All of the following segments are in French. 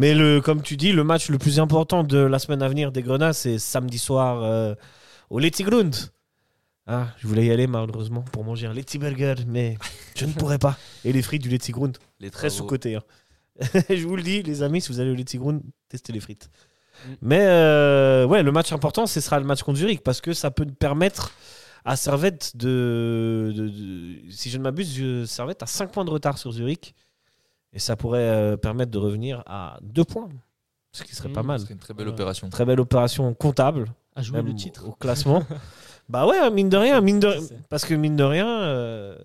Mais le, comme tu dis, le match le plus important de la semaine à venir des Grenats, c'est samedi soir euh, au Letzigrund. Ah, je voulais y aller malheureusement pour manger un Letzi Burger, mais je ne pourrais pas. Et les frites du Letzigrund, Les très travaux. sous-côté. hein. je vous le dis, les amis, si vous allez au Letzigrund, testez les frites. Mais euh, ouais, le match important, ce sera le match contre Zurich, parce que ça peut permettre à Servette de, de- de- Si je ne m'abuse, euh, Servette a 5 points de retard sur Zurich, et ça pourrait euh, permettre de revenir à 2 points, Mm, ce qui serait Mmh, pas mal. C'est une très belle Voilà. opération. Très belle opération comptable à jouer le même titre. au classement. bah ouais, mine de rien, mine de C'est- parce que mine de rien, euh,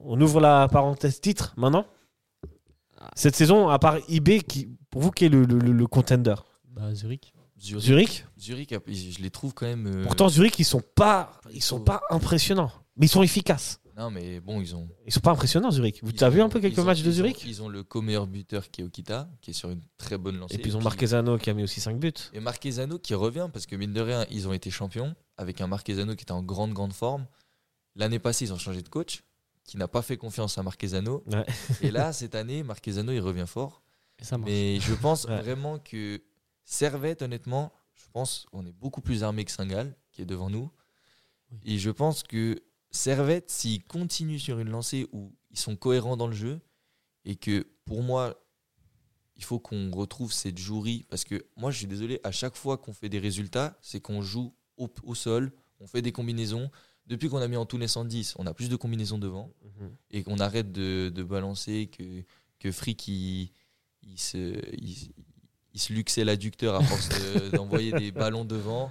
on ouvre la parenthèse titre maintenant. Ah. Cette saison, à part IB, qui pour vous qui est le, le- le- le contender Bah, Zurich. Zurich, Zurich. Zurich, a- ils- je les trouve quand même. euh, Pourtant Zurich, ils sont pas, ils sont pas impressionnants, mais ils sont efficaces. Non, mais bon, ils ont. Ils sont pas impressionnants Zurich. Vous ils avez vu ont- un peu quelques ils ont- matchs de ils ont- Zurich Ils ont le co-meilleur buteur qui est Okita, qui est sur une très bonne lancée. Et puis ils ont Marquezano qui a mis aussi 5 buts. Et Marquezano qui revient parce que mine de rien, ils ont été champions avec un Marquezano qui était en grande, grande forme. L'année passée, ils ont changé de coach qui n'a pas fait confiance à Marquezano. Ouais. Et là, cette année, Marquezano, il revient fort. Et ça marche. Mais je pense Ouais. vraiment que Servette, honnêtement, je pense on est beaucoup plus armé que Singal qui est devant nous. Et je pense que Servette, s'ils continuent sur une lancée où ils sont cohérents dans le jeu, et que pour moi, il faut qu'on retrouve cette jouerie, parce que moi, je suis désolé, à chaque fois qu'on fait des résultats, c'est qu'on joue au, au sol, on fait des combinaisons. Depuis qu'on a mis Antunes en 10, on a plus de combinaisons devant et qu'on arrête de, de balancer que, que Frick il, il se, il, il se luxait l'adducteur à force de- d'envoyer des ballons devant.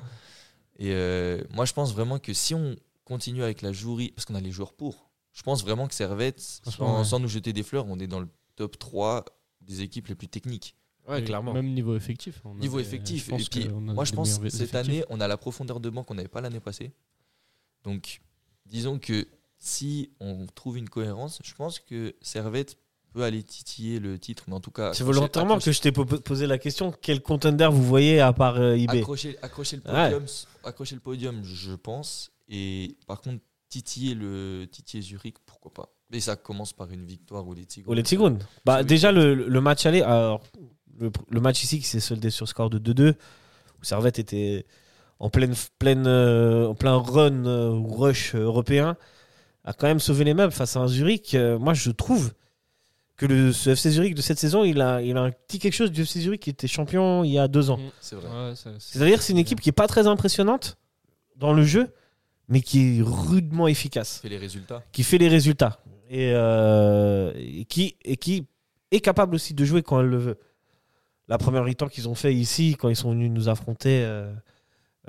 Et euh, moi, je pense vraiment que si on continue avec la jouerie, parce qu'on a les joueurs pour, je pense vraiment que Servette, Franchement, sans, ouais. sans nous jeter des fleurs, on est dans le top 3 des équipes les plus techniques. Et Même niveau effectif. on a Niveau des- effectif. je pense Et puis, qu'on a moi, des je pense meilleurs cette effectifs. année, on a la profondeur de banc qu'on n'avait pas l'année passée. Donc, disons que si on trouve une cohérence, je pense que Servette peut aller titiller le titre, mais en tout cas. C'est accrocher- volontairement que accrocher- je t'ai po- posé la question quel contender vous voyez à part euh, IB Accrocher, accrocher le podium, accrocher le podium, je pense. Et par contre, titiller le titiller Zurich, pourquoi pas. Mais ça commence par une victoire ou les Tigres. Au Letzigrund. Bah, Oui. déjà, le, le match aller, alors, le, le match ici qui s'est soldé sur score de 2-2, où Servette était en, pleine, pleine, euh, en plein run euh, ou rush européen, a quand même sauvé les meubles face à un Zurich. Euh, moi, je trouve que le, ce FC Zurich de cette saison, il a, il a un petit quelque chose du FC Zurich qui était champion il y a deux ans. Mm. C'est vrai. Ouais, ça- c'est- C'est-à-dire que c'est une équipe qui est pas très impressionnante dans le jeu, mais qui est rudement efficace Fait les résultats. qui fait les résultats et, euh, et qui, et qui est capable aussi de jouer quand elle le veut. La première mi-temps qu'ils ont fait ici, quand ils sont venus nous affronter euh,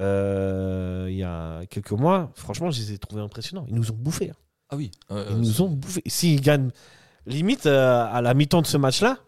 euh, il y a quelques mois, franchement, je les ai trouvés impressionnants. Ils nous ont bouffés. hein. Ah oui. euh, Ils nous ont bouffés. S'ils gagnent, limite, euh, à la mi-temps de ce match-là,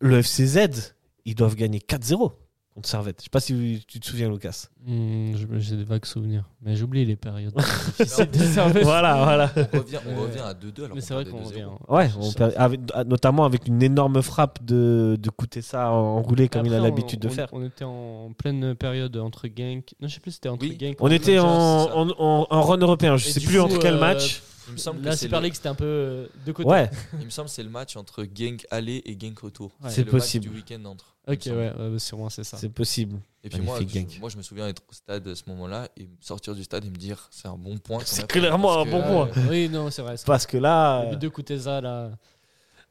le FCZ, ils doivent gagner 4-0 contre Servette. Je sais pas si tu te souviens, Lucas. Mm, je- J'ai des vagues souvenirs. Mais j'oublie les périodes. c'est- voilà, voilà. on revient, on Euh, revient à 2-2. alors Mais qu'on c'est vrai perdait 2-0. qu'on revient. hein. Ouais, Ça- on perd- avec- ah, notamment avec une énorme frappe de, de Koutessa enroulé comme il a Après, on- l'habitude de on- faire. On était en pleine période entre Genk. Non, je sais plus, c'était entre Oui. Genk. On était en, en, en- en run européen, je Et sais du plus coup, entre quel euh, match. Il me semble que La c'est Super le- League, c'était un peu euh, de côté. Ouais, Il me semble que c'est le match entre Genk aller et Genk retour. Ouais. C'est le possible. Match du week-end entre. il me Ok, ouais, semble. ouais, bah, sûrement, c'est ça. c'est possible. Et puis moi, Magnifique je, Genk. moi, je me souviens être au stade à ce moment-là et me sortir du stade et me dire c'est un bon point. qu'on C'est a pris, clairement parce un que- bon point. Ouais, Oui, non, c'est vrai. c'est vrai. Parce que là, euh, Le but euh, de Kuteza, là. Mais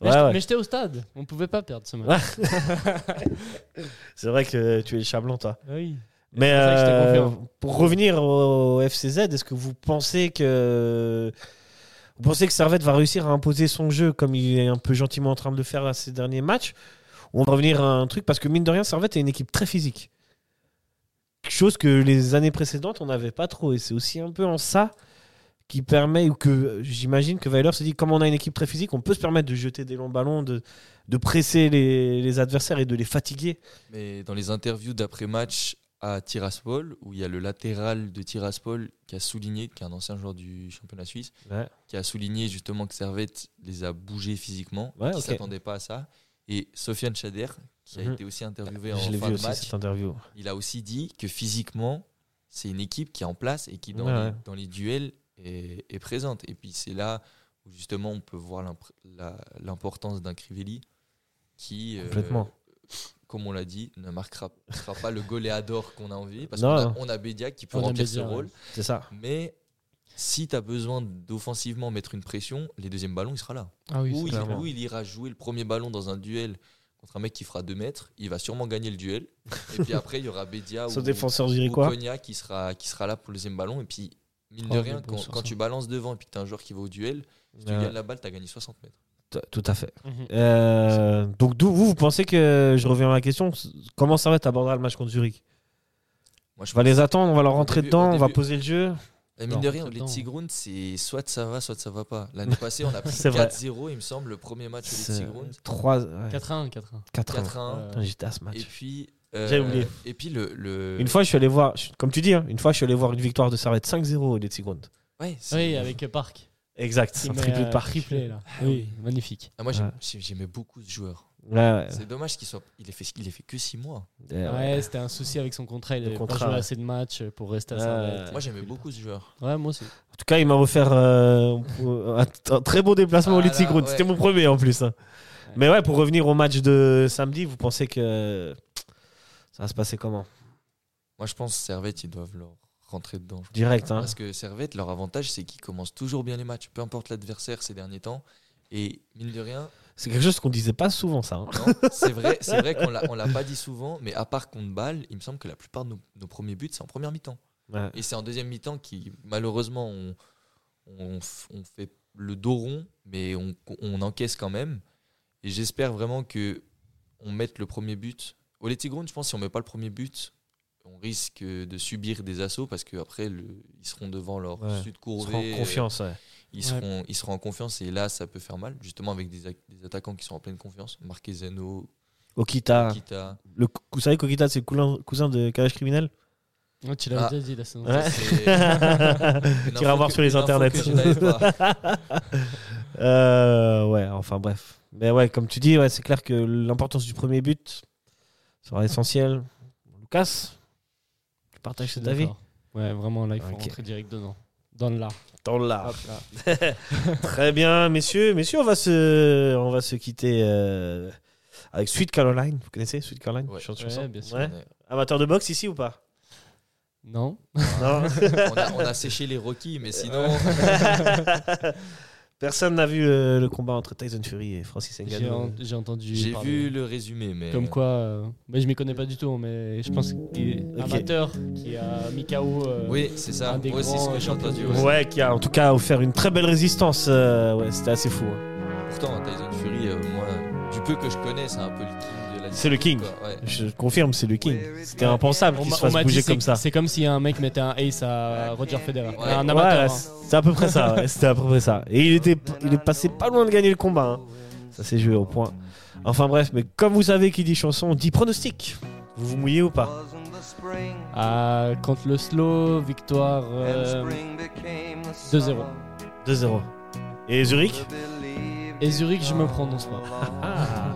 ouais, j'étais- ouais. mais j'étais au stade. On pouvait pas perdre ce match. Ouais. c'est vrai que tu es chablant, toi. Ah Oui. Mais pour ça que j'étais euh, confiant. pour revenir au FCZ, est-ce que vous pensez que vous pensez que Servette va réussir à imposer son jeu comme il est un peu gentiment en train de le faire à ces derniers matchs Ou on va revenir à un truc parce que mine de rien, Servette est une équipe très physique. Chose que les années précédentes, on n'avait pas trop. Et c'est aussi un peu en ça qui permet, ou que j'imagine que Weiler se dit, comme on a une équipe très physique, on peut se permettre de jeter des longs ballons, de, de presser les- les adversaires et de les fatiguer. Mais dans les interviews d'après-match à Tiraspol, où il y a le latéral de Tiraspol qui a souligné, qui est un ancien joueur du championnat suisse, Ouais. qui a souligné justement que Servette les a bougés physiquement, Ouais, qui ne ok. s'attendait pas à ça. Et Sofiane Chader, qui a Mhm. été aussi interviewé en Je l'ai fin vu de aussi, match, cette interview. il a aussi dit que physiquement, c'est une équipe qui est en place et qui, dans, Ouais, les, ouais. dans les duels, est, est présente. Et puis, c'est là où, justement, on peut voir l'impr- la- l'importance d'un Crivelli qui, euh, Complètement. comme on l'a dit, ne marquera sera pas le goléador qu'on a envie. Parce qu'on Non. a, on a Bédia qui peut On a remplir Bedia, ce ouais. rôle. C'est ça. Mais si tu as besoin d'offensivement mettre une pression, les deuxièmes ballons, il sera là. Ah oui, ou, c'est il, clair. ou il ira jouer le premier ballon dans un duel contre un mec qui fera 2 mètres. Il va sûrement gagner le duel. Et puis après, il y aura Bédia Son Ah, ou, défenseur ou diricois. Konya qui sera, qui sera là pour le deuxième ballon. Et puis, mine Oh, de il est rien, bon quand, sur quand ça. tu balances devant et puis que tu as un joueur qui va au duel, si tu Ouais. gagnes la balle, tu as gagné 60 mètres. T- Tout à fait. Mhm. Euh, donc, d'où vous, vous pensez que, je reviens à la question, c- comment ça va abordera le match contre Zurich Moi, je On va les attendre, on va leur Au rentrer début- au dedans, on va début- poser le jeu. Et mine Non, de rien, les attends. Tigrounes, c'est soit ça va, soit ça va pas. L'année passée, on a pris C'est vrai. 4-0, il me semble, le premier match des C'est- Tigrounes. trois- ouais, 4-1, 4-1. 4-1. 4-1. Putain, J'étais à ce match. Et puis. euh, J'avais oublié. Et puis le. le- Une fois, je suis allé voir, je- comme tu dis, hein, une fois, je suis allé voir une victoire de Servette 5-0 des Tigrounes. Ouais, c'est- Oui, avec Park. Exact, c'est Il un met, triplé de euh, Park. triplé, là. Ah Oui, magnifique. Ah, moi, j'aime- Ouais. j'ai- j'aimais beaucoup ce joueur. Ouais, ouais. C'est dommage qu'il soit. Il ait fait, il ait fait que 6 mois. Euh, ouais. Ouais, c'était un souci avec son contrat. Il Le avait pas contrat, joué ouais. Ah assez de matchs pour rester à Ouais. Servette. Moi, j'aimais beaucoup ce joueur. Ouais, moi aussi. En tout cas, il m'a offert euh, un, un très beau déplacement au Ah là, Lutzigrund. ouais. C'était mon premier en plus. hein. Ouais. Mais ouais, pour revenir au match de samedi, vous pensez que ça va se passer comment Moi, je pense que Servette, ils doivent leur rentrer dedans. Direct, hein Parce que Servette, leur avantage, c'est qu'ils commencent toujours bien les matchs, peu importe l'adversaire ces derniers temps. Et mine de rien, C'est quelque chose qu'on disait pas souvent, ça. hein. non, c'est vrai, c'est vrai qu'on l'a- on l'a pas dit souvent, mais à part contre Bâle, il me semble que la plupart de nos, nos premiers buts, c'est en première mi-temps. Ouais. Et c'est en deuxième mi-temps qui, malheureusement, on, on, f- on fait le dos rond, mais on, on encaisse quand même. Et j'espère vraiment que on mette le premier but. Au Letigrone, je pense que si on met pas le premier but, on risque de subir des assauts parce qu'après, ils seront devant leur Ouais. sud On euh, se courbé. rend confiance. ouais. Ils Ouais. seront, ils seront en confiance et là, ça peut faire mal, justement avec des, ac- des attaquants qui sont en pleine confiance. Marquezano, Okita. Kita. Le, cou- vous savez qu'Okita, c'est le coulin- cousin de Carriage Criminel Ouais, tu l'avais Ah. déjà dit la saison Ouais. passée. Tu iras voir sur les internets. Euh, ouais, enfin bref. Mais ouais, comme tu dis, ouais, c'est clair que l'importance du premier but sera essentielle. Lucas, tu partages cet avis D'accord. Ouais, vraiment, là, il faut Ok. Ah. rentrer direct dedans. Dans le lard. Dans Hop là. Très bien, messieurs. Messieurs, on va se, on va se quitter euh, avec Sweet Caroline. Vous connaissez Sweet Caroline Ouais. chanson Ouais, ça bien sûr. Ouais. Amateur de boxe ici ou pas Non Non. on, a, on a séché les Rocky, mais sinon. Personne n'a vu euh, le combat entre Tyson Fury et Francis J'ai Ngannou. en- j'ai entendu. J'ai parler. vu le résumé, mais. Comme quoi, euh, bah, je m'y connais pas du tout, mais je pense qu'il est Ok. amateur qui a mis KO. euh, Oui, c'est ça. Un des Moi aussi, grands ce que j'ai champions entendu. du ouais. monde. Ouais, qui a en tout cas offert une très belle résistance. euh, ouais, c'était assez fou. hein. Pourtant, Tyson Fury, euh, moi, du peu que je connais, c'est un peu le king de la C'est le king. quoi. Ouais. Je confirme, c'est le king. C'était Ouais. impensable on qu'il m'a- se on fasse m'a dit, bouger c'est- comme ça. C'est comme si un mec mettait un ace à Roger Federer. Ouais. Un amateur. Ouais, hein. c'est à peu près ça. ouais, c'était à peu près ça. Et il était, il est passé pas loin de gagner le combat. hein. Ça s'est joué au point. Enfin bref, mais comme vous savez qui dit chanson dit pronostic. Vous vous mouillez ou pas Ah, contre le slow, victoire. euh, 2-0. 2-0. Et Zurich et Zurich, je me prends dans ce match. Ah.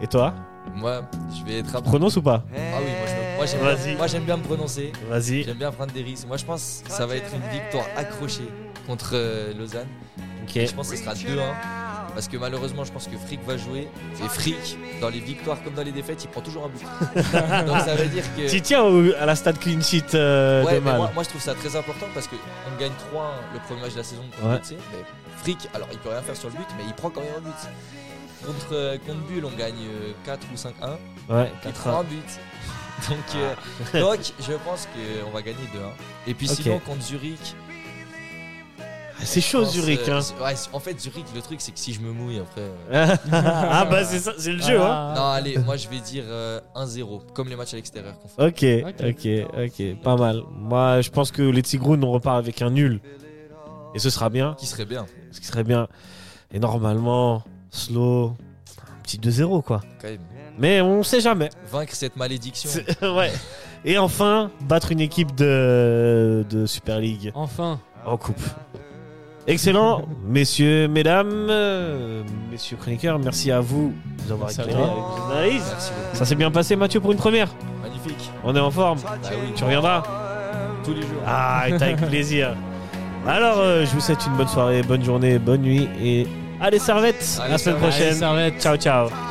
Et toi Moi, je vais être. à- Prononce ou pas Ah oui, moi, je me- moi, j'aime- Vas-y. moi, j'aime bien me prononcer. Vas-y. J'aime bien prendre des risques. Moi, je pense que ça va être une victoire accrochée contre euh, Lausanne. Ok. Et je pense que ce sera hein. 2-1. Parce que malheureusement, je pense que Frick va jouer. Et Frick, dans les victoires comme dans les défaites, il prend toujours un but. Donc ça veut dire que. Tu tiens au- à la stade clean sheet euh, Ouais, de mais mal. moi, moi, je trouve ça très important parce qu'on gagne 3 le premier match de la saison contre Ouais. Lutz, mais Frick, alors il peut rien faire sur le but, mais il prend quand même un but. Contre, euh, contre Bull, on gagne euh, 4 ou 5-1. Ouais, Il 4 prend un but. Donc, euh, donc je pense qu'on va gagner 2-1. Et puis Ah. Ok. sinon, contre Zurich. Ah, C'est je chaud pense, Zurich. euh, hein. ouais, en fait, Zurich, le truc, c'est que si je me mouille après. euh, ah bah c'est ça, c'est le jeu. Hein. Ah. Non, allez, moi je vais dire euh, 1-0, comme les matchs à l'extérieur qu'on fait. Ok, Ok. ok, ok, pas mal. Moi, je pense que les Tigrounes, on repart avec un nul. Et ce sera bien, Qui serait bien. ce qui serait bien. Et normalement, slow, un petit 2-0 quoi. Quand même. Mais on sait jamais. Vaincre cette malédiction. C'est- ouais. Et enfin, battre une équipe de, de Super League Enfin, en coupe. Excellent, messieurs, mesdames, euh, messieurs chroniqueurs, merci à vous de nous avoir Merci à éclairés avec toi. vos analyses. Merci Ça s'est bien passé, Mathieu, pour une première. beaucoup. Magnifique. On est en forme. Bah oui, Tu reviendras tous les jours. Ah, et avec plaisir. Alors, euh, je vous souhaite une bonne soirée, bonne journée, bonne nuit et allez, servette, à la Allez, semaine Servette. prochaine. allez, Servette. Ciao, ciao.